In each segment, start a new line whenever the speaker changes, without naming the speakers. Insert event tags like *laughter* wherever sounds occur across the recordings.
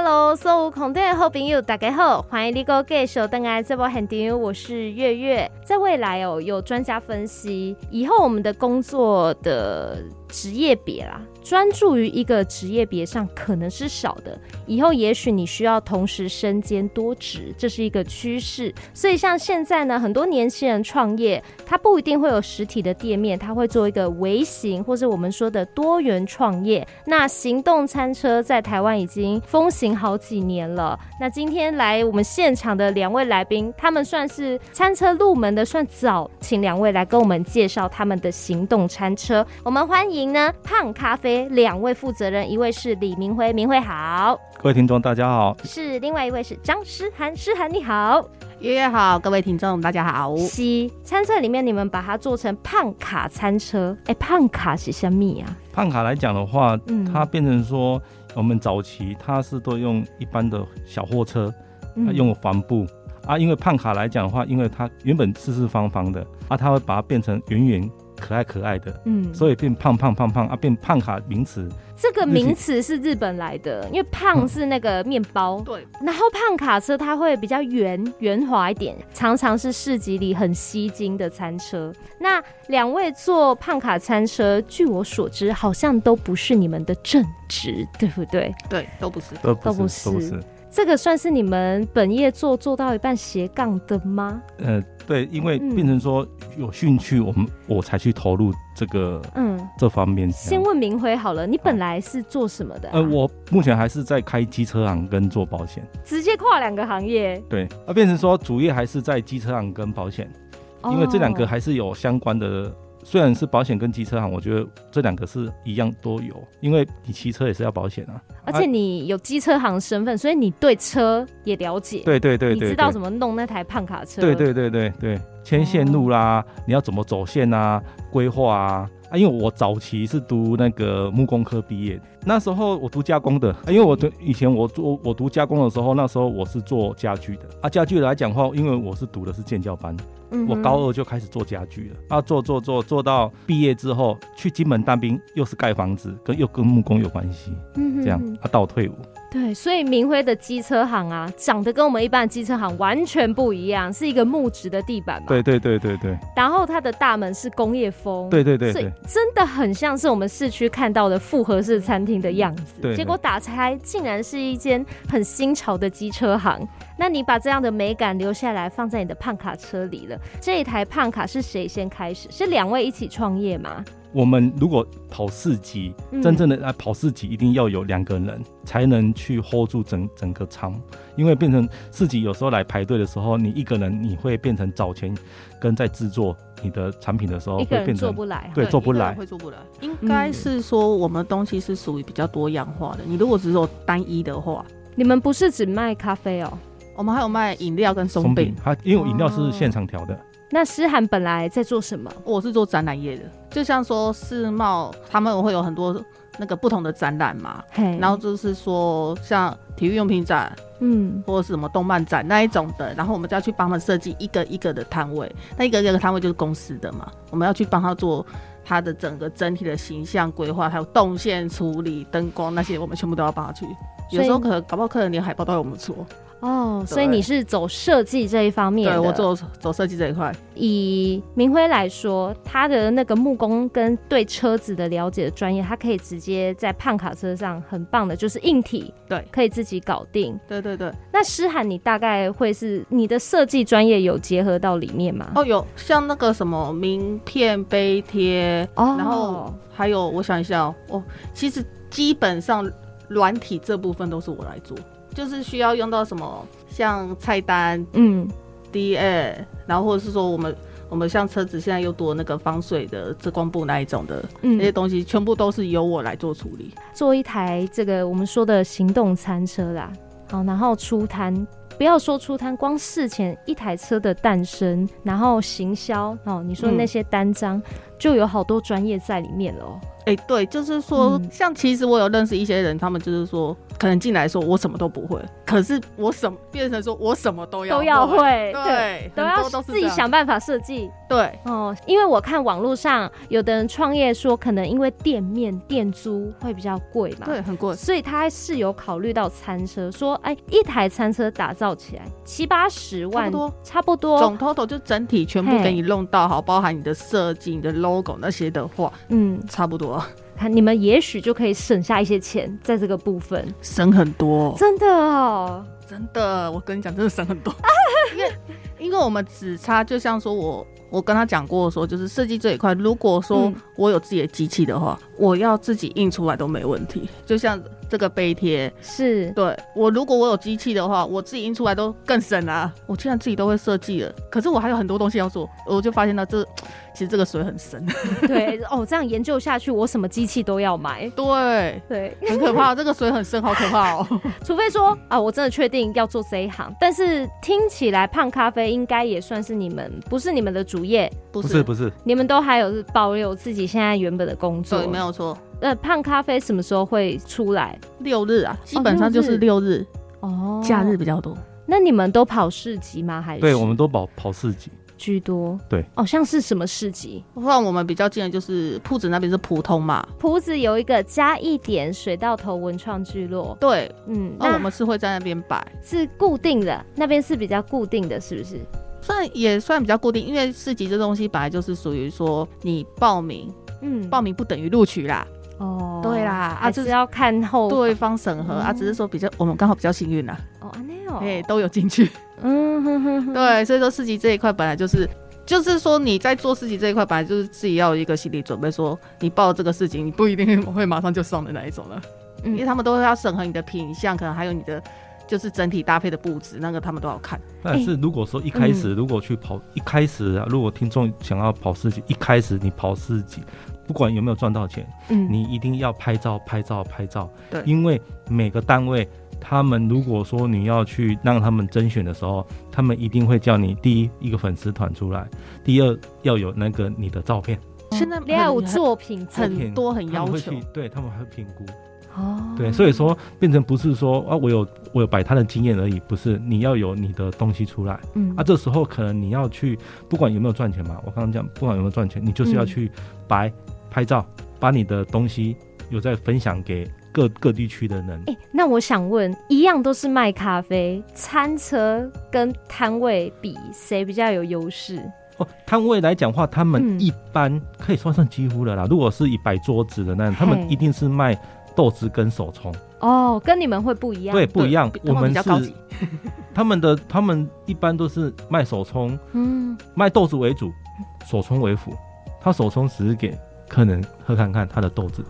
有空中的好朋友，大家好，欢迎你哥继续登来这波很顶，我是月月。在未来哦，有专家分析，以后我们的工作的职业别啦，专注于一个职业别上可能是少的，以后也许你需要同时身兼多职，这是一个趋势。所以像现在呢，很多年轻人创业，他不一定会有实体的店面，他会做一个微型或是我们说的多元创业。那行动餐车在台湾已经风行好几年了。那今天来我们现场的两位来宾，他们算是餐车入门的算早，请两位来跟我们介绍他们的行动餐车。我们欢迎呢胖咖啡两位负责人，一位是李明辉，明辉好；
各位听众，大家好。
是另外一位是张诗涵，诗涵你好。
月月好，各位听众大家好。
西餐车里面，你们把它做成胖卡餐车。哎、胖卡是什么啊？
胖卡来讲的话，
嗯
它变成说，我们早期它是都用一般的小货车，
嗯
它用帆布、啊，因为胖卡来讲的话，因为它原本四四方方的啊，它会把它变成圆圆、可爱可爱的，
嗯，
所以变胖胖胖胖啊，变胖卡名词。
这个名词是日本来的，因为胖是那个面包，
对，
然后胖卡车它会比较圆圆滑一点，常常是市集里很吸睛的餐车。那两位做胖卡餐车，据我所知，好像都不是你们的正职，对不对？
对，都不是。
都
都不是这个算是你们本业做做到一半斜杠的吗？
呃，对，因为
嗯
变成说有兴趣，我们我才去投入这个
嗯，
这方面这样。
先问明辉好了，你本来是做什么的、啊？
呃，我目前还是在开机车行跟做保险。
直接跨两个行业，
对，而啊变成说主业还是在机车行跟保险，因为这两个
哦
还是有相关的。虽然是保险跟机车行，我觉得这两个是一样都有，因为你骑车也是要保险啊。
而且你有机车行身份，所以你对车也了解，
对对对对，
你知道
么？
怎么弄那台胖卡车，
对对对对对，牵线路啦，你要怎么走线啊，规划啊。啊，因为我早期是读那个木工科毕业，那时候我读加工的，啊因为我读以前我做我读加工的时候，那时候我是做家具的啊。家具来讲的话，因为我是读的是建教班，
嗯哼，
我高二就开始做家具了，啊，做做做做到毕业之后去金门当兵，又是盖房子，跟又跟木工有关系，
嗯哼
这样啊，到退伍，
对，所以明辉的机车行啊，长得跟我们一般的机车行完全不一样，是一个木质的地板嘛，，
对对对对对
然后它的大门是工业风，
对对对
哦所以
对，
真的很像是我们市区看到的复合式餐厅的样子。
对对
结果打开竟然是一间很新潮的机车行。那你把这样的美感留下来，放在你的胖卡车里了。这一台胖卡是谁先开始？是两位一起创业吗？
我们如果跑四级，
嗯
真正的啊跑四级一定要有两个人才能去 hold 住整整个仓，因为变成四级有时候来排队的时候，你一个人你会变成找钱跟在制作你的产品的时候
一个
哦会
人
变
做
成
不来啊。
对做不
一个人
来
会做不来。嗯应该是说我们东西是属于比较多样化的。你如果只有单一的话，
你们不是只卖咖啡哦？
我们还有卖饮料跟松
松
饼
饼。，它因为我饮料
哦
是现场调的，
那诗涵本来在做什么？
我是做展览业的，就像说世贸，他们会有很多那个不同的展览嘛。
嘿
然后就是说，像体育用品展
嗯，
或者是什么动漫展那一种的，然后我们就要去帮他们设计一个一个的摊位，那一个一个的摊位就是公司的嘛，我们要去帮他做他的整个整体的形象规划，还有动线处理、灯光那些，我们全部都要帮他去。
所以
有时候可能搞不好客人连海报都要我们做，
哦，所以
对
你是走设计这一方面
对
的。
我做走设计这一块，
以明辉来说，他的那个木工跟对车子的了解的专业，他可以直接在胖卡车上很棒的，就是硬体，
对
可以自己搞定。
对对对。
那诗涵，你大概会是你的设计专业有结合到里面吗？
哦，有像那个什么名片杯贴，
哦
然后还有我想一下哦，哦其实基本上软体这部分都是我来做，就是需要用到什么像菜单、
嗯，
D A，然后或者是说我们我们像车子现在又多那个防水的遮光布那一种的、
嗯
那些东西，全部都是由我来做处理。
做一台这个我们说的行动餐车啦，好，然后出摊。不要说出摊，光事前一台车的诞生，然后行销哦，你说
嗯
那些单张、就有好多专业在里面了哦。
哎、对，就是说，
嗯
像其实我有认识一些人，他们就是说可能进来说我什么都不会，可是我什么变成说我什么都要
都要
会，
会，
对，
都
很
要
多都是
自己
这样
想办法设计。
对。
哦，因为我看网络上有的人创业说，可能因为店面店租会比较贵嘛，哦
对，，很贵，
所以他是有考虑到餐车，说哎，一台餐车打造起来七八十万，
差不多
差不多
总 total 就整体全部
嘿
给你弄到好，包含你的设计、你的 logo 那些的话，
嗯，
差不多
看你们也许就可以省下一些钱在这个部分，
省很多，
真的哦，
真的，我跟你讲，真的省很多， *laughs* 因为因为我们只差，就像说我我跟他讲过说，就是设计这一块，如果说
嗯
我有自己的机器的话，我要自己印出来都没问题，就像这个杯贴，
是
对我，如果我有机器的话，我自己印出来都更省啦、我既然自己都会设计了，可是我还有很多东西要做，我就发现到这其实这个水很 *laughs* 深。
对哦，这样研究下去，我什么机器都要买。
对，
对，
很可 *laughs* 怕，这个水很深，好可怕哦。
除非说啊，我真的确定要做这一行，但是听起来胖咖啡应该也算是你们不是你们的主业，
不
不是不是，
你们都还有保留自己现在原本的工作
对，。没有错。
呃，胖咖啡什么时候会出来？
六日啊，基本上就是六日，
哦，
假日。比较多。
那你们都跑市集吗？还是
对我们都跑跑四级，
居多？
对，
哦，像是什么市集？
不然我们比较近的就是铺子那边是普通嘛，
埔子有一个加一点水稻头文创聚落，
对，
嗯，
那
那
哦我们是会在那边摆，
是固定的，那边是比较固定的，是不是？
算也算比较固定，因为市集这东西本来就是属于说你报名，
嗯，
报名不等于录取啦，
哦，
对啦啊
还
就是
是要看后
对方审核啊，
嗯
只是说比较我们刚好比较幸运啦，
哦，安内哦，
哎，都有进去。
嗯哼哼哼，
*laughs* 对，所以说市集这一块本来就是，就是说你在做市集这一块，本来就是自己要有一个心理准备，说你报这个事情，你不一定会马上就上的那一种了，因为
嗯，
他们都会要审核你的品相，可能还有你的就是整体搭配的布置，那个他们都要看。
但是如果说一开始，如果去跑一开始
嗯
啊，如果听众想要跑四级，一开始你跑四级，不管有没有赚到钱，
嗯，
你一定要拍照、拍照、拍照。
对
因为每个单位，他们如果说你要去让他们甄选的时候，他们一定会叫你第一一个粉丝团出来，第二要有那个你的照片，
现在
你要有
很
作品集
很嗯多很
他
要
们会
求
去，对他们会评估。
哦，
对，所以说变成不是说啊，我有我有摆摊的经验而已，不是你要有你的东西出来
嗯
啊。这时候可能你要去，不管有没有赚钱嘛，我刚刚讲，不管有没有赚钱，你就是要
嗯
去摆、拍照，把你的东西有在分享给各各地区的人。
哎、那我想问，一样都是卖咖啡，餐车跟摊位比，谁比较有优势？
哦，摊位来讲话，他
嗯
们一般可以算上几乎了啦。如果是以摆桌子的那种，他
嘿
们一定是卖豆汁跟手冲，
哦，跟你们会不一样。
对，，不一样
比。
我
他们
们
比较高
是
级，
他们的，他们一般都是卖手冲，
嗯，
卖豆子为主，手冲为辅。他手冲只是给客人喝看看他的豆子，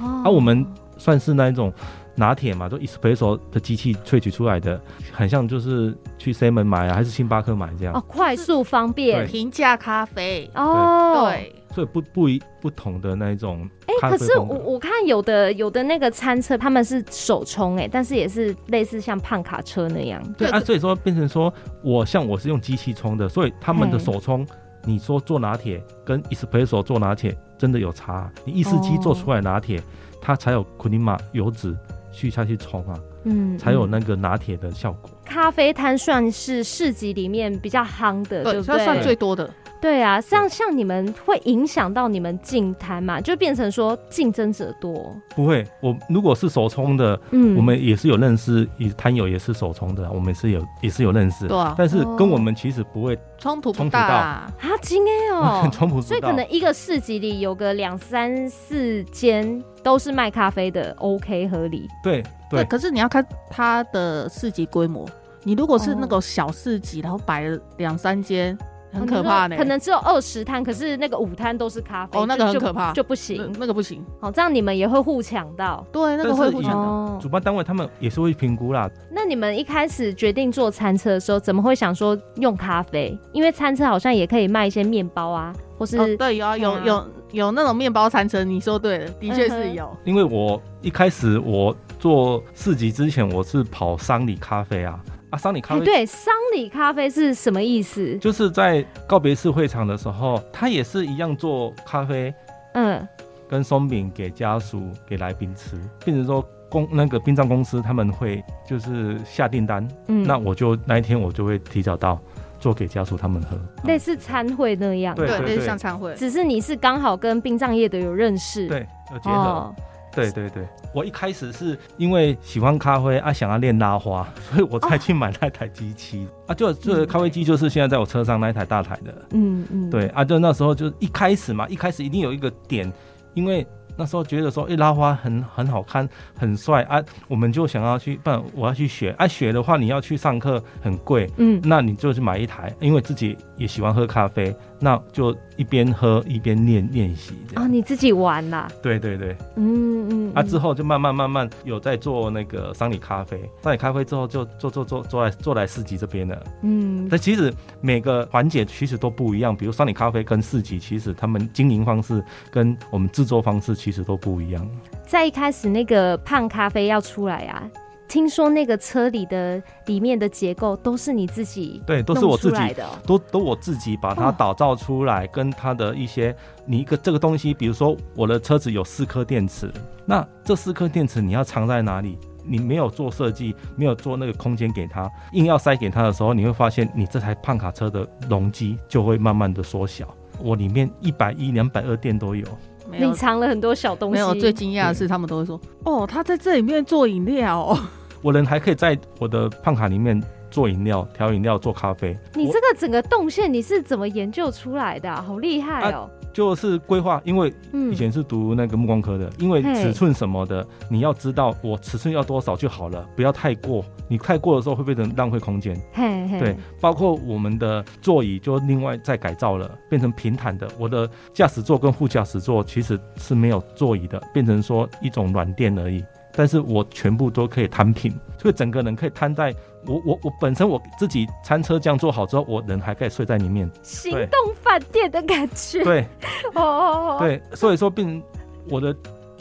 哦
啊我们算是那一种拿铁嘛，就 espresso 的机器萃取出来的，很像就是去 seven 买啊，还是星巴克买这样，
哦，快速方便
对
平价咖啡，
哦。
对，
所以不不一不同的那一种
哎、
咖
可
啡
是我
风格。
我看有的有的那个餐车他们是手冲哎、但是也是类似像胖卡车那样，
对
对
啊，
可
所以说变成说我像我是用机器冲的，所以他们的
嘿
手冲，你说做拿铁跟 espresso 做拿铁真的有差啊、你意式机
哦
做出来拿铁，它才有库尼玛油脂去下去冲啊，
嗯，
才有
嗯
那个拿铁的效果。
咖啡摊算是市集里面比较夯的，对
对，
不
它
对？
算最多的。
对啊，像像你们会影响到你们进摊嘛，就变成说竞争者多。
不会，我如果是手冲的，
嗯
我们也是有认识，也摊友也是手冲的，我们是有也是有认识
对。啊，
但是跟
哦
我们其实不会
冲突不
冲突
大
到
啊，
啊，今天哦
很，冲突
所以
到
可能一个市集里有个两三四间都是卖咖啡的，OK 合理。
对对
对，可是你要看它的市集规模。你如果是那种小市集，然后摆了两三间，很可怕呢、
哦可能只有二十摊，可是那个五摊都是咖啡，
哦，那个
就
很可怕，嗯
就就不
那
行。
那个不行。
好，这样你们也会互抢到。
对，那个
但是
会互
以
相的。
哦
主，办单位他们也是会评估啦，
那你们一开始决定做餐车的时候，怎么会想说用咖啡？因为餐车好像也可以卖一些面包啊，或是、
哦，对，有啊，有
对啊
有有那种面包餐车，你说对了，的确
嗯
是
哼
有。
因为我一开始我做市集之前，我是跑桑里咖啡啊啊，桑里咖
哎，
啡、
对，丧礼咖啡是什么意思？
就是在告别式会场的时候，他也是一样做咖啡
嗯，
跟松饼给家属给来宾吃，变成说公那个殡葬公司他们会就是下订单，
嗯，
那我就那一天我就会提早到，做给家属他们喝。
类似餐会那样，
嗯对对
类似像餐会，
只是你是刚好跟殡葬业的有认识，
对，有结合。，
哦
对对对，我一开始是因为喜欢咖啡啊，想要练拉花， *laughs* 所以我才去买那台机器、啊。就这咖啡机就是现在在我车上那一台大台的。
哦嗯嗯，
对啊，就那时候就一开始嘛，一开始一定有一个点，因为那时候觉得说，哎、拉花很很好看，很帅啊，我们就想要去，不然我要去学啊，学的话你要去上课很贵，
嗯，
那你就去买一台，因为自己也喜欢喝咖啡，那就一边喝一边练练习这
啊，
样。
你自己玩啦，
对对对，
嗯嗯，
啊，之
后
后就慢慢慢慢有在做那个桑礼咖啡，桑礼咖啡之后就做做做做来做来市集这边了。
嗯，
但其实每个环节其实都不一样，比如桑礼咖啡跟市集，其实他们经营方式跟我们制作方式其实都不一样。
在一开始那个胖咖啡要出来啊，听说那个车里的里面的结构都是你自己
对，都
弄
是我自
出来
己，
的哦、
都都我自己把它
哦
打造出来，跟它的一些你一个这个东西，比如说我的车子有四颗电池，那这四颗电池你要藏在哪里？你没有做设计，没有做那个空间给它，硬要塞给它的时候，你会发现你这台胖卡车的容积就会慢慢的缩小。我里面一百一、两百二电都有，
没
你
有
藏了很多小东西，
没有。最惊讶的是，他们都会说：“哦，他在这里面做饮料、哦。
我人还可以在我的胖卡里面做饮料、调饮料、做咖啡。
你
我
这个整个动线你是怎么研究出来的啊、好厉害哦、
就是规划，因为
嗯
以前是读那个木工科的，因为
嘿
尺寸什么的，你要知道我尺寸要多少就好了，不要太过。你太过的时候会变成浪费空间。
嘿嘿，
对，包括我们的座椅就另外再改造了，变成平坦的。我的驾驶座跟副驾驶座其实是没有座椅的，变成说一种软垫而已。但是我全部都可以摊平，所以整个人可以摊在我我我本身我自己餐车这样做好之后，我人还可以睡在里
*laughs*
面。
行动饭店的感觉，
对。
*laughs* 哦哦哦，
对，所以说变成我的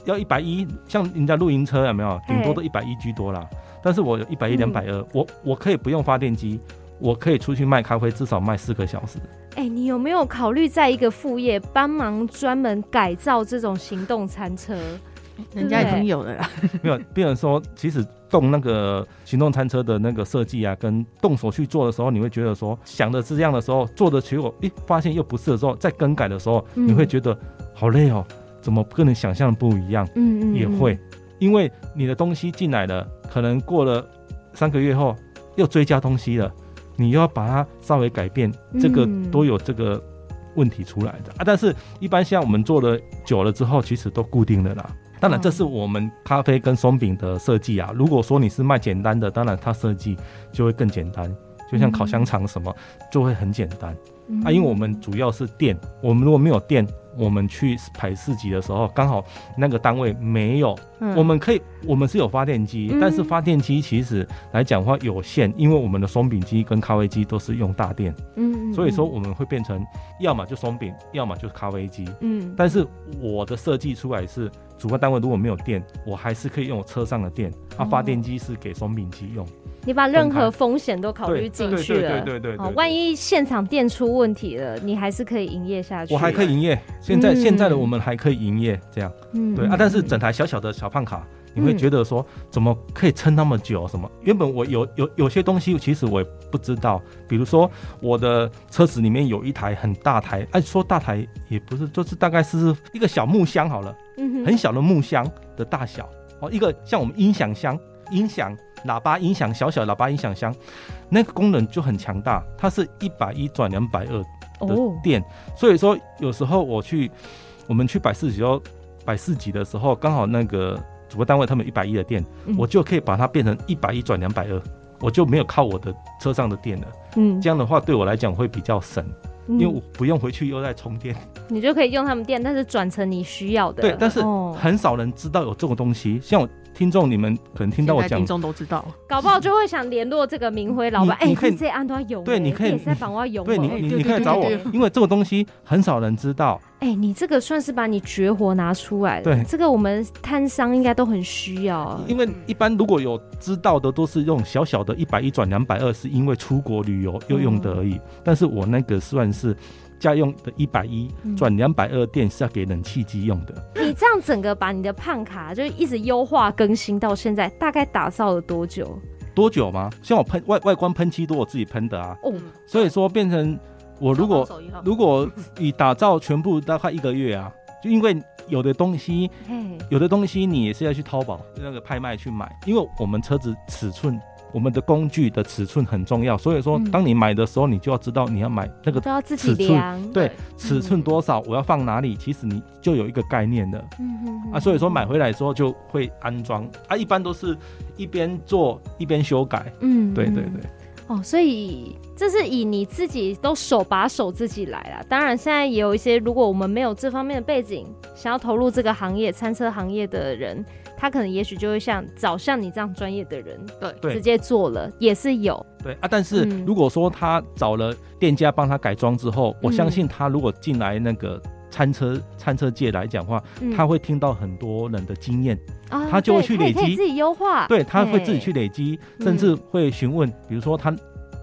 要一百一，像人家露营车有没有，顶多都一百一居多啦。但是我有一百一、两
嗯
百二，我我可以不用发电机，我可以出去卖咖啡，至少卖四个
*laughs*
小时。
哎、你有没有考虑在一个副业帮忙专门改造这种行动餐车？”
人家已经有了啦，
没有，变成说其实动那个行动餐车的那个设计啊，跟动手去做的时候，你会觉得说想的是这样的时候，做的结果诶发现又不是的时候，在更改的时候，你会
嗯
觉得好累哦，怎么跟你想象不一样？
嗯嗯，
也
嗯
会，，因为你的东西进来了，可能过了三个月后又追加东西了，你又要把它稍微改变，这个
嗯
都有这个问题出来的、啊。但是一般像我们做了久了之后，其实都固定了啦。当
哦
然，这是我们咖啡跟松饼的设计啊。如果说你是卖简单的，当然它设计就会更简单，就像烤香肠什么、就会很简单。
嗯
啊，因为我们主要是店，我们如果没有店，我们去排市集的时候，刚好那个单位没有，
嗯
我们可以，我们是有发电机，
嗯
但是发电机其实来讲话有限，因为我们的松饼机跟咖啡机都是用大电，
嗯嗯
所以说我们会变成要么就松饼，要么就是咖啡机。
嗯，
但是我的设计出来是，主办单位如果没有电，我还是可以用我车上的电，啊，
哦
发电机是给松饼机用。
你把任何风险都考虑
对
进去了，
对对对对对
哦
对，
万一现场店出问题了，你还是可以营业下去，啊
我还可以，营业，现在、
嗯
现在的我们还可以营业这样。
嗯
对啊，但是整台小小的小胖卡，你会
嗯
觉得说怎么可以撑那么久？什么？原本我有有有些东西，其实我也不知道，比如说我的车子里面有一台很大台，按、说大台也不是，就是大概是一个小木箱好了，
嗯
很小的木箱的大小哦，一个像我们音响箱、音响喇叭音响小小喇叭音响箱，那个功能就很强大，它是一百一转两百二
哼
的
哦，
店，所以说有时候我去我们去摆市集哦，摆市集的时候，刚好那个主播单位他们一百一的店，
嗯
我就可以把它变成一百一转两百二，我就没有靠我的车上的电了。
嗯
这样的话对我来讲会比较省，因
嗯
为我不用回去又在充电。
你就可以用他们店，但是转成你需要的，
啊
对，但是
哦，
很少人知道有这种东西，像我听众你们可能听到我
现在
讲
听。众都知道。
搞不好就会想联络这个明辉老板，
你
哎，
你可以
这安都要用，哎
对你可以
也在访我用，哦
对你，
哎
你
对
你
对
可以找我
对对，
因为这种东西很少人知道。
哎、你这个算是把你绝活拿出来了。
对
这个我们摊商应该都很需要啊。
因为一般如果有知道的，都是用小小的一百一转两百二，是因为出国旅游又用的而已。但是我那个算是家用的一百一
嗯
转两百二电是要给冷气机用的。
你这样整个把你的胖卡就一直优化更新到现在，大概打造了多久？
多久吗？像我喷外外观喷漆都我自己喷的啊，
哦，
所以说变成我如果
手艺好
如果你打造全部大概一个月啊，就因为有的东西
嘿，
有的东西你也是要去淘宝那个拍卖去买，因为我们车子尺寸。我们的工具的尺寸很重要，所以说
嗯
当你买的时候，你就要知道你要买那个
都要自己
尺寸
量。
对尺寸多少，我要放哪里，其实你就有一个概念了。
嗯哼哼
啊，所以说买回来之后就会安装啊，一般都是一边做一边修改。
嗯，
对对
嗯
对，
哦，所以这是以你自己都手把手自己来啦。当然，现在也有一些，如果我们没有这方面的背景，想要投入这个行业、餐车行业的人，他可能也许就会像找像你这样专业的人
对
对
直接做了，也是有。
对啊，但是
嗯
如果说他找了店家帮他改装之后，
嗯
我相信他如果进来那个餐车餐车界来讲话，
嗯
他会听到很多人的经验，
啊
他就会
对
去
他也
累
可以
积
自己优化。
对他会自己
嘿
去累积，
嗯
甚至会询问，比如说他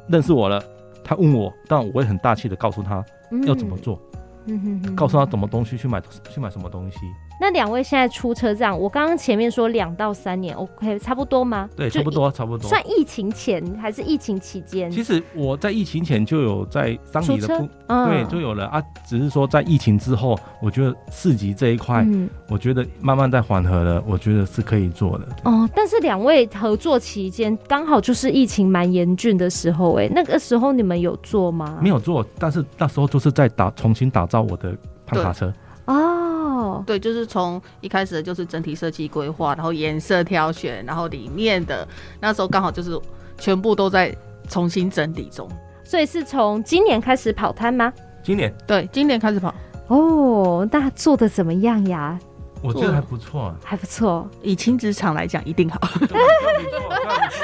认识我了，他问我，但我会很大气的告诉他要怎么，做，
嗯嗯哼哼
告诉他什么东西去买去买什么东西。
那两位现在出车这样，我刚刚前面说两到三年，OK，差不多吗？
对，
就
差不多差不多。
算疫情前还是疫情期间？
其实我在疫情前就有在丧
出
礼的
车
部，
嗯
对，就有了啊。只是说在疫情之后，我觉得市集这一块，
嗯
我觉得慢慢在缓和了，我觉得是可以做的。
哦，但是两位合作期间刚好就是疫情蛮严峻的时候、哎，那个时候你们有做吗？
没有做，但是那时候就是在打重新打造我的胖卡车，
哦，
对，就是从一开始的就是整体设计规划，然后颜色挑选，然后里面的那时候刚好就是全部都在重新整理中。
所以是从今年开始跑摊吗？
今年
对，今年开始跑，
哦，那做的怎么样呀？
我觉得还不错、啊。
还不错，
以亲子场来讲一定好。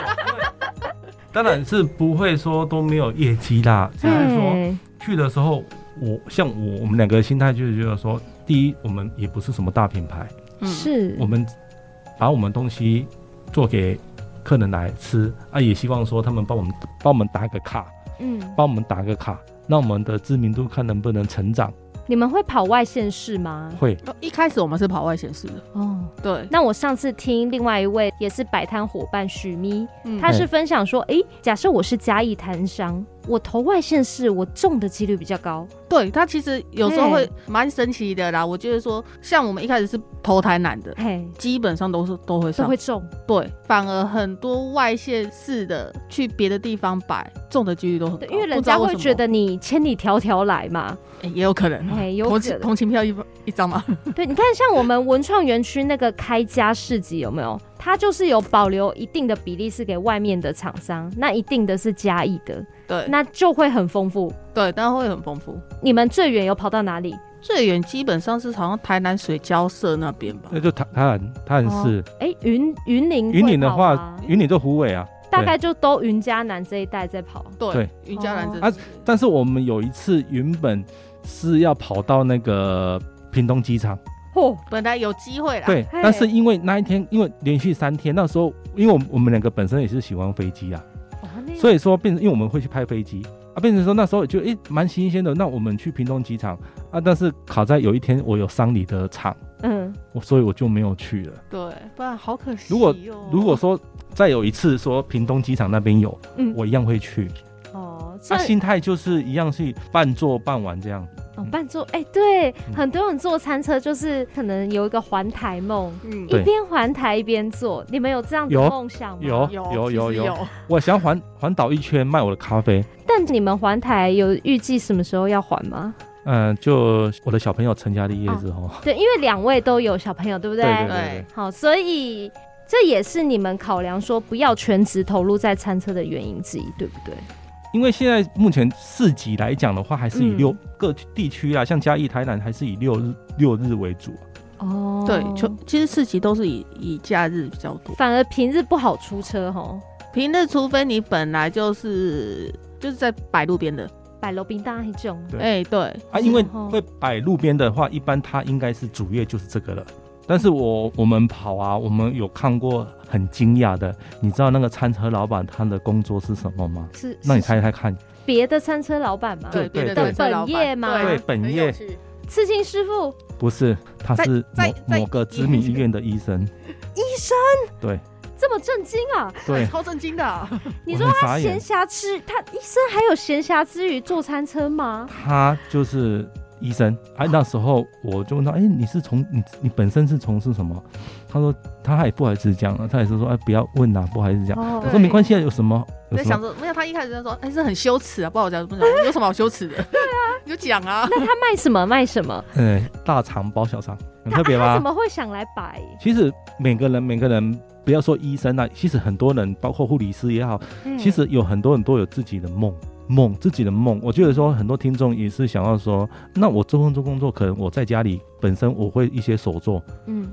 *laughs* 当然是不会说都没有业绩啦，
嗯
只是说
嘿
去的时候，我像我我们两个心态就是觉得说，第一，我们也不是什么大品牌，
嗯，
是
我们把我们东西做给客人来吃啊，也希望说他们帮我们帮我们打个卡，
嗯，
帮我们打个卡，让我们的知名度看能不能成长。
你们会跑外县市吗？
会，
哦 *laughs* 一开始我们是跑外显示的，
哦，
对，
那我上次听另外一位也是摆摊伙伴许咪，
嗯
他是分享说，诶，假设我是嘉义摊商，我投外县市，我中的几率比较高。
对他其实有时候会
嗯
蛮神奇的啦。我觉得说，像我们一开始是投台南的，
嘿，
基本上都是都会
都
上，
会中，
对，反而很多外县市的去别的地方摆中的几率都很高
对，，因为人
不知道
家会
什么
觉得你千里迢迢来嘛。
哎也有可能啊，
哎有
同
可
情
能
同情票一一
*laughs*
张嘛，
对，你看，像我们文创园区那个开家市集有没有？它就是有保留一定的比例是给外面的厂商，那一定的是嘉义的，
对
那就会很丰富。
对，但会很丰富。
你们最远有跑到哪里？
最远基本上是好像台南水交社那边吧
那，就台台南台南市，
哎，云云林会
云林的
跑
话
吗
云林就虎尾啊。
大概就都云嘉南这一带在跑。
对
对，
云嘉南这
哦
啊但是我们有一次原本是要跑到那个屏东机场，
嚯、
哦
本来有机会啦，
对，
嘿
但是因为那一天，因为连续三天，那时候因为我们我们两个本身也是喜欢飞机啊，所
以
以说变成因为我们会去拍飞机啊，变成说那时候就诶蛮、新鲜的。那我们去屏东机场啊，但是卡在有一天我有丧礼的场，
嗯，
我所以我就没有去了。
对，不然好可惜、哦。
如果如果说再有一次说屏东机场那边有，
嗯
我一样会去。
哦，
那、
算、
心态就是一样是半做半玩这样。
哦伴奏，哎、对，
嗯
很多人坐餐车就是可能有一个环台梦，
嗯
一
对
边环台一边坐，你们有这样的
有
梦想吗？
有
有
哦有
其实
有
有，
我想环环岛一圈卖我的咖啡，
但你们还台有预计什么时候要还吗？
嗯、就我的小朋友成家立业之后，
对，因为两位都有小朋友，对不
对
哦对？
对对
对
对，
好，所以这也是你们考量说不要全职投入在餐车的原因之一，对不对？
因为现在目前市集来讲的话，还是以
嗯
六、各地区啊，像嘉义、台南还是以六日六日为主。啊
哦，
对，就其实市集都是以以假日比较多，
反而平日不好出车吼，
平日除非你本来就是就是在摆路边的，
摆楼冰当然一种。
对
哎、对，
啊，因为
哦
会摆路边的话，一般它应该是主业就是这个了。但是我我们跑啊，我们有看过很惊讶的，你知道那个餐车老板他的工作是什么吗？
是
那你
是
猜猜看，
别的餐车老板吗？
对
别的
对
餐车
本
老板
业嘛
对本
很有
业
趣
刺青师傅
不是，他是
在在
某某个知名医院的医生。
医生
对
这么震惊啊！
对，
超震惊的啊、
*laughs* 你
我
说
很
他
傻眼
闲暇之他医生还有闲暇之余坐餐车吗？
他就是医生。
啊
哎、那时候我就问他，哎、你是从你你本身是从事什么？他说他也不好意思讲了，他也是说，哎、不要问啦，不好意思讲。
哦
我说没关系啊，有什么有
在
什
想
么？
说，没有他一开始就说，哎、这很羞耻啊，不好讲，不讲，有什么好羞耻的？ *laughs* 对啊，你就讲啊。
他卖什么卖什么，
呃、大肠包小肠，很
他
特别
他怎
吧？
么会想来摆？
其实每个人每个人。不要说医生啊，其实很多人，包括护理师也好，
嗯
其实有很多人都有自己的梦，梦自己的梦。我觉得说很多听众也是想要说，那我做工作工作，可能我在家里本身我会一些手作，
嗯，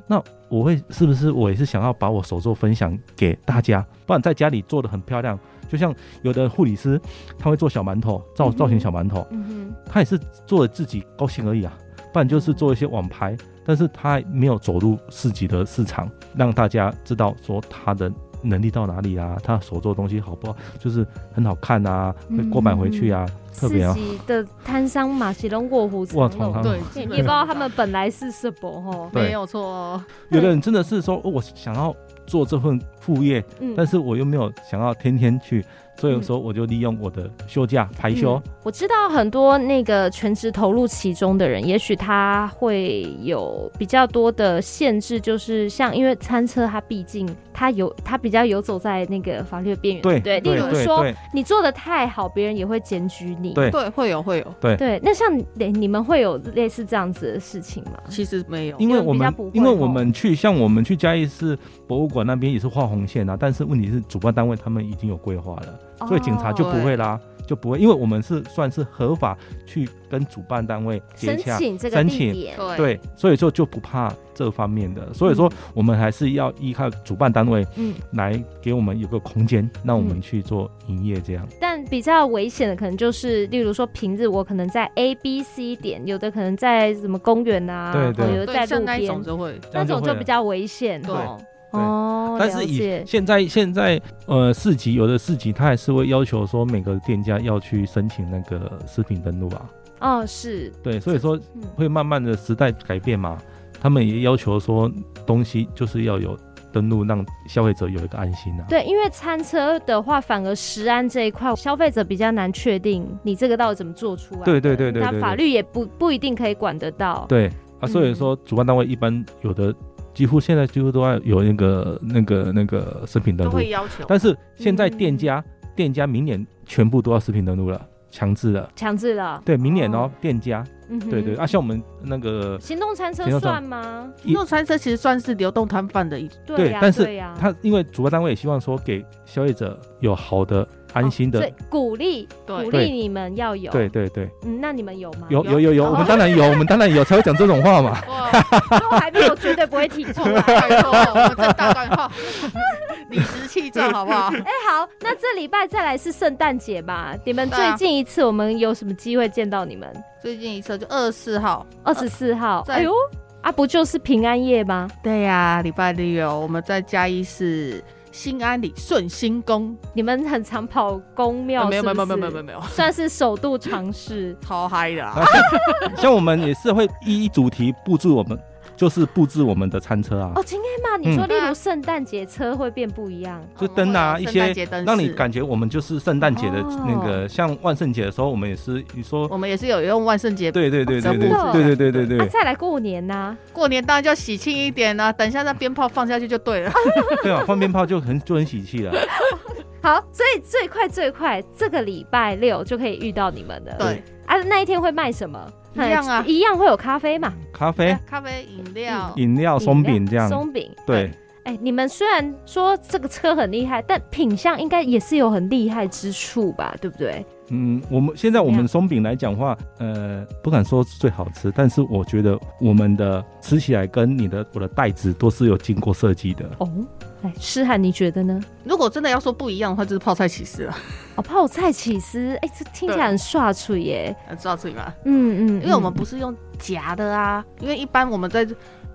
我会是不是我也是想要把我手作分享给大家？不然在家里做的很漂亮，就像有的护理师他会做小馒头，造
嗯哼
造型小馒头，
嗯
他也是做的自己高兴而已啊。不然就是做一些网拍，但是他没有走入市集的市场，让大家知道说他的能力到哪里啊，他手做的东西好不好，就是很好看啊，会
嗯
购买回去啊，
哼，
特别啊
自。己的摊商马其龙卧虎藏
哇
龙
常，常
嗯对，
也
基本上
也不知道他们本来是什么哈。
对
没有错哦。
有的人真的是说，哦我想要做这份副业，
嗯
但是我又没有想要天天去，所以说我就利用我的休假排休。
嗯我知道很多那个全职投入其中的人，也许他会有比较多的限制，就是像因为餐车，它毕竟它有它比较游走在那个法律的边缘，
对
不对。例
对
如
对
说
对
你做的太好，别人也会检举你。
对
对，会有会有，
对那像你你们会有类似这样子的事情吗？
其实没有。
因为
因为
我
比较
们
不会
因为
吼
我们去像我们去嘉义市博物馆那边也是画红线啊，但是问题是主办单位他们已经有规划了，所以警察就
哦
不会啦，就不会，因为我们是算是合法去跟主办单位接
申
洽。
请这个
申
地
请
点。
对，所以说就不怕这方面的，所以说我们还是要依靠主办单位
嗯，
来给我们有个空间，让我
嗯
们去做营业这样。
但比较危险的可能就是，例如说平日我可能在 A、B、C 点，有的可能在什么公园啊，
对对
哦有的在
对，像
路
那一
边
种，就会，
这
那
样
种
会
就
了
比较危险
对
哦。
对
哦，
但是
了
以
解
现在现在呃市集有的市集，它还是会要求说每个店家要去申请那个食品登录啊。
哦是，
对，所以说
嗯，
会慢慢的时代改变嘛，他们也要求说东西就是要有登录，让消费者有一个安心啊。
对，因为餐车的话，反而食安这一块，消费者比较难确定你这个到底怎么做出来的。
对对对对
那
对
法律也不不一定可以管得到。
对
嗯
啊，所以说主办单位一般有的几乎现在几乎都要有那个那个那个食品登
都
录
会，要求。
但是现在店
嗯
家、店家明年全部都要食品登录了，强制了。
强制了。
对，明年哦，店家
嗯哼
对对，啊，像我们那个
行动餐车
行动餐
算吗？
一
用餐车其实算是流动摊贩的一
对
对
呀，
但是
对呀，
他，因为主办单位也希望说给消费者有好的、安心
哦所
的
以，鼓励鼓励
对
你们要有。
对对对，
嗯，那你们有吗？
有
有
有有有，我们当然有，我们当然有，才会讲这种话嘛。
哇，
都还没有，绝对不会提
*laughs*
出来。
拜托，我们这大段 *laughs* 话，理直气壮好不好？
哎，好，那这礼拜再来是圣诞节吧？你们
对
最
啊
近一次我们有什么机会见到你们？
*laughs* 最近一次就二十四号，
二十四号，
啊呃在
哎呦，啊，不就是平安夜吗？
对呀、礼拜六哦我们在嘉义市新安里顺心宫，
你们很常跑公
没
庙，
呃有没有没有没有没有
是不
没有
是，
没有，。
算是首度尝试
*laughs* 超嗨的、啊，
啊像像我们也是会依主题布置我们，就是布置我们的餐车啊
哦，，今天嘛，你说
嗯
例如圣诞节车会变不一样，
就灯啊
我们会
一
有圣
些
诞节灯
让你
饰。
感觉我们就是圣诞节的
哦
那个，像万圣节的时候，我们也是你说，
我们也是有用万圣节，
对对对对对
真的
对对对对
啊，
对
再来过年呐，
过年当然就要喜庆一点啦、等一下那鞭炮放下去就
*laughs*
对了。
对啊，放鞭炮就很就很喜气了。
好，所以最快最快这个礼拜六就可以遇到你们了。
对，
啊，那一天会卖什么？哎
一样啊
一样会有咖啡嘛，
咖啡、
咖啡、饮料，
哎嗯饮料、哦松饼这样，
松饼。
对。
哎、你们虽然说这个车很厉害，但品相应该也是有很厉害之处吧，对不对？
嗯，我们现在我
怎么样
们松饼来讲话，呃，不敢说最好吃，但是我觉得我们的吃起来跟你的我的袋子都是有经过设计的。
哦，哎，诗涵，你觉得呢？
如果真的要说不一样的话，就是泡菜起司
*laughs*
了，
哦，泡菜起司，哎、这听起来很刷嘴耶。
知道自己吗？
嗯嗯，
因为我
嗯
们不是用夹的啊，因为一般我们在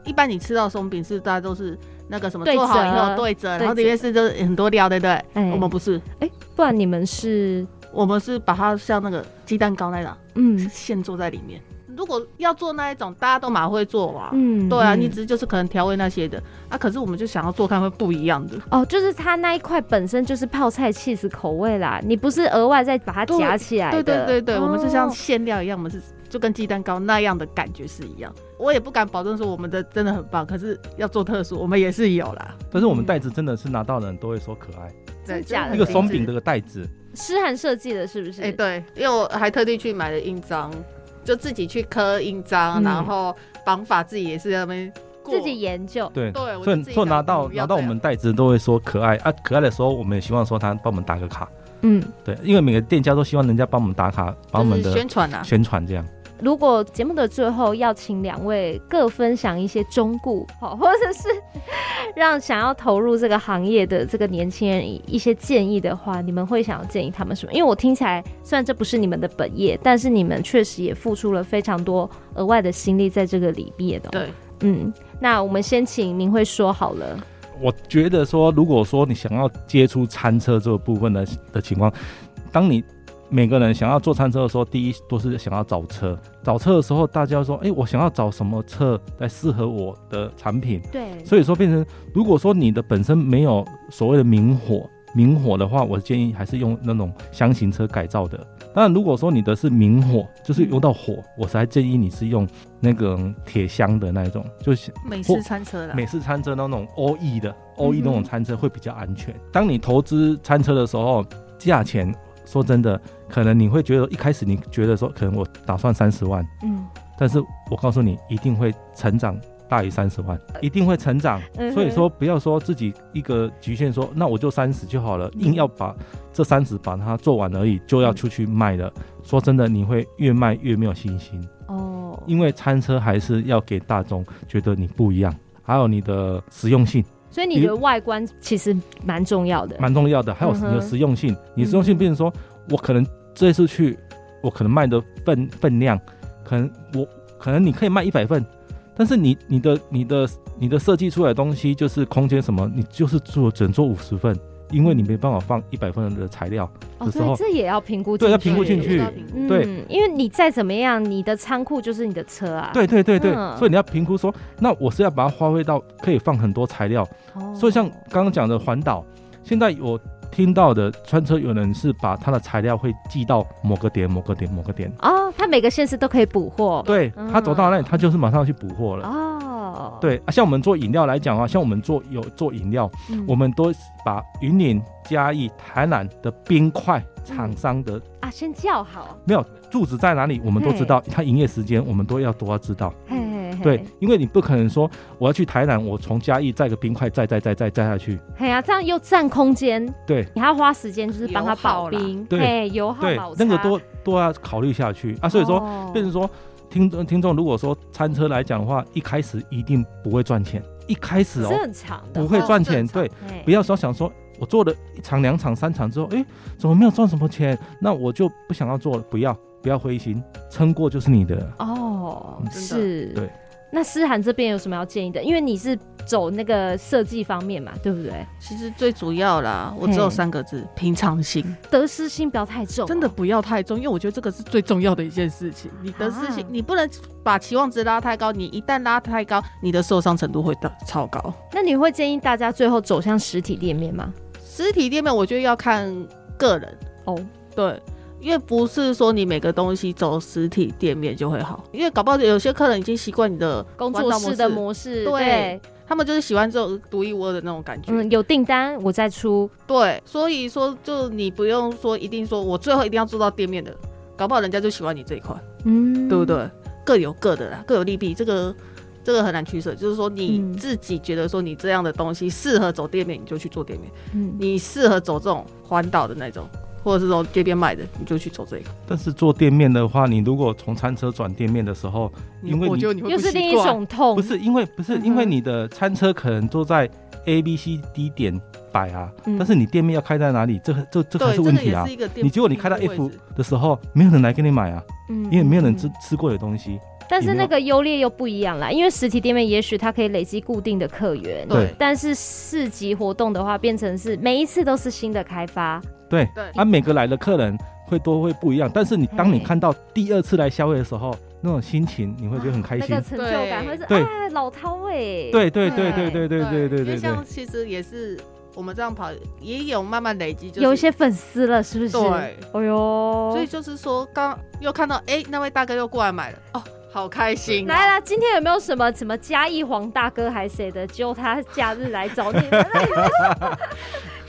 一般你吃到松饼是大家都是那个什么
对
做好以
折
后对折，然后
对
里面是就是很多料，对不对？
哎
我们不是，
哎、不然你们是
我们是把它像那个鸡蛋糕那种
嗯
现做在里面。如果要做那一种，大家都蛮会做啊。
嗯，
对啊，
嗯
你只是就是可能调味那些的啊，可是我们就想要做看会不一样的。
哦，就是它那一块本身就是泡菜 cheese 口味啦，你不是额外再把它夹起来
对
的。
对对对，我们是像
哦
馅料一样，我们是就跟鸡蛋糕那样的感觉是一样。我也不敢保证说我们的真的很棒，可是要做特殊，我们也是有啦。
但是我们袋子真的是拿到的人都会说可爱，
嗯
真的
对
假的
一个松饼。的袋子，
诗涵设计的，是不是？
哎、对，因为我还特地去买了印章，就自己去刻印
嗯
章，然后绑法自己也是在那边过
自己研究。
对
对我
所
就
以
自己
所以
想
拿到
嗯要
拿到我
这样
们袋子都会说可爱啊，可爱的时候我们也希望说他帮我们打个卡，
嗯，
对，因为每个店家都希望人家帮我们打卡，把我们
就是
的
宣传啊。
宣传这样。
如果节目的最后要请两位各分享一些忠告，好， *laughs* 或者是让想要投入这个行业的这个年轻人一一些建议的话，你们会想要建议他们什么？因为我听起来，虽然这不是你们的本业，但是你们确实也付出了非常多额外的心力在这个里面的、
对，
嗯，那我们先请明慧说好了。
我觉得说，如果说你想要接触餐车这个部分的的情况，当你每个人想要做餐车的时候，第一都是想要找车。找车的时候，大家说，哎、我想要找什么车来适合我的产品？
对
所以说，变成如果说你的本身没有所谓的明火，明火的话，我建议还是用那种箱型车改造的。当然，如果说你的是明火，就是用到火，我才建议你是用那个铁箱的那一种，就是
美式餐车啦。
美式餐车那种 O E 的 O
哼
E 那种餐车会比较安全。当你投资餐车的时候，价钱说真的，可能你会觉得一开始你觉得说，可能我打算三十万，
嗯，
但是我告诉你，一定会成长大于三十万，一定会成长。
嗯
所以说，不要说自己一个局限说，那我就三十就好了，硬要把这三十把它做完而已，就要出去卖了。说真的，你会越卖越没有信心。
哦，
因为餐车还是要给大众觉得你不一样，还有你的实用性
所以你觉得外观其实蛮重要的。
蛮重要的，还有
嗯
你
哼
的实用性。你实用性，变成说我可能这次去，我可能卖的份分量，可能我可能你可以卖一百份，但是你你的你的你的设计出来的东西就是空间什么，你就是做只能做五十份，因为你没办法放一百份的材料。
哦，
的时
对，
候
这也要评估进去。
对要评估进去
嗯
对，
因为你再怎么样，你的仓库就是你的车啊。，
对对对对，
嗯
所以你要评估说，那我是要把它发挥到可以放很多材料。
哦
所以像刚刚讲的环岛，现在我听到的穿车有人是把它的材料会寄到某个点、某个点、某个点，
哦，它每个县市都可以补货。
对
嗯
他走到那里，他就是马上去补货了。
哦，
对，啊像我们做饮料来讲啊，像我们做有做饮料，
嗯，
我们都把云林、嘉义、台南的冰块厂商的
啊先叫好，
没有住址在哪里，我们都知道，它营业时间我们都要都要知道。
嘿嘿嘿
嗯对，，因为你不可能说我要去台南，我从嘉义载个冰块载载载载载下去，
嘿呀，这样又占空间，
对，
你还要花时间就是帮它
油耗
保
啦
冰，
对
嘿，油耗
对
老，
那个
差
都都要考虑下去啊。所以说，
哦
变成说，听众听众如果说餐车来讲的话，一开始一定不会赚钱，一开始哦
这很长的，
不会赚钱，
哦正常
对，
嘿
不要说想说我做了一场、两场、三场之后，诶，怎么没有赚什么钱？那我就不想要做了，不要不要灰心，撑过就是你的。
哦，
嗯
真的
是，
对。
那思涵这边有什么要建议的？因为你是走那个设计方面嘛，对不对？
其实最主要啦，我只有三个字：平常心。
得失心不要太重哦、
真的不要太重，因为我觉得这个是最重要的一件事情。你的事情
啊，
你不能把期望值拉太高，你一旦拉太高，你的受伤程度会到超高。
那你会建议大家最后走向实体店面吗？
实体店面，我觉得要看个人，
哦，
对，因为不是说你每个东西走实体店面就会好，因为搞不好有些客人已经习惯你的
工作室的
弯道模
模式，
对，他们就是喜欢这种独一无二的那种感觉。
嗯，有订单我再出，
对，所以说就你不用说一定说我最后一定要做到店面的，搞不好人家就喜欢你这一块。
嗯，
对不？对？各有各的啦，各有利弊，这个这个很难取舍。就是说你
嗯
自己觉得说你这样的东西适合走店面，你就去做店面；
嗯，
你适合走这种环岛的那种，或者是说街边卖的，你就去走这个。
但是做店面的话，你如果从餐车转店面的时候，因为
我
你
觉得你会
又
不
是
习
另一
惯，
种痛，
不是因为不是因为
嗯哼
你的餐车可能都在 A、B、C、D 点摆啊，
嗯
但是你店面要开在哪里，这个这这才
对，
是
这
问
个
题
也
啊
是。一个店。
你结果你开到
店面的
F
位置
的时候，没有人来跟你买啊，
嗯
因为没有人
嗯
吃吃过你的东西。
但是
有没
那
有
个优劣又不一样啦，因为实体店面也许它可以累积固定的客源，
对
但是市集活动的话，变成是每一次都是新的开发，
对，
对
啊，每个来的客人会都会不一样，但是你当你
嘿
看到第二次来消费的时候，那种心情你会觉得很开
那
心
个。成就感会是
对
啊老饕哎，
对对
对
对对对对对对
因为
对对
像，其实也是我们这样跑，也有慢慢累积，就是
有一些粉丝了是不是？
对，
哎呦，
所以就是说刚又看到哎、那位大哥又过来买了，哦，好开心、
来啦，今天有没有什么什么嘉义黄大哥还谁的，揪他假日来找你们？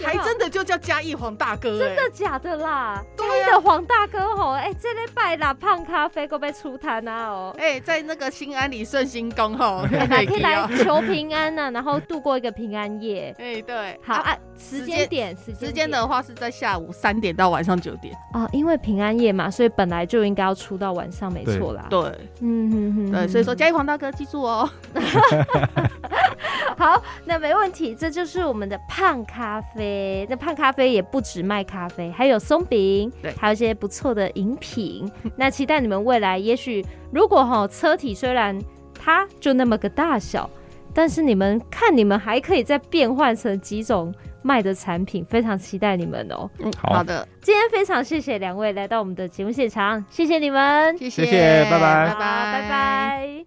还真的就叫嘉义黄大哥、哎
真的假的啦？
*laughs* 对
真
啊
的黄大哥吼，哎、这礼拜啦，胖咖啡够被出摊啊
*laughs*
哦。
哎、在那个新安里顺兴宫吼，
哪 *laughs* 可以来
啊
求平安呐、然后度过一个平安夜。
哎、对，
好
啊
啊，时间点，时
时
间
间
点
的话是在下午三点到晚上九点，
哦，因为平安夜嘛，所以本来就应该要出到晚上，没
对
错啦。
对、
嗯哼哼
对，
哼
所以说嘉义黄大哥记住哦，
好，那没问题，这就是我们的胖咖啡。那胖咖啡也不止卖咖啡，还有松饼，
对
还有一些不错的饮品。 *laughs* 那期待你们未来，也许如果哈、车体虽然它就那么个大小，但是你们看你们还可以再变换成几种卖的产品，非常期待你们哦。
嗯，
好
好的，
今天非常谢谢两位来到我们的节目现场，谢谢你们，
谢
谢谢拜拜
拜拜，
好拜拜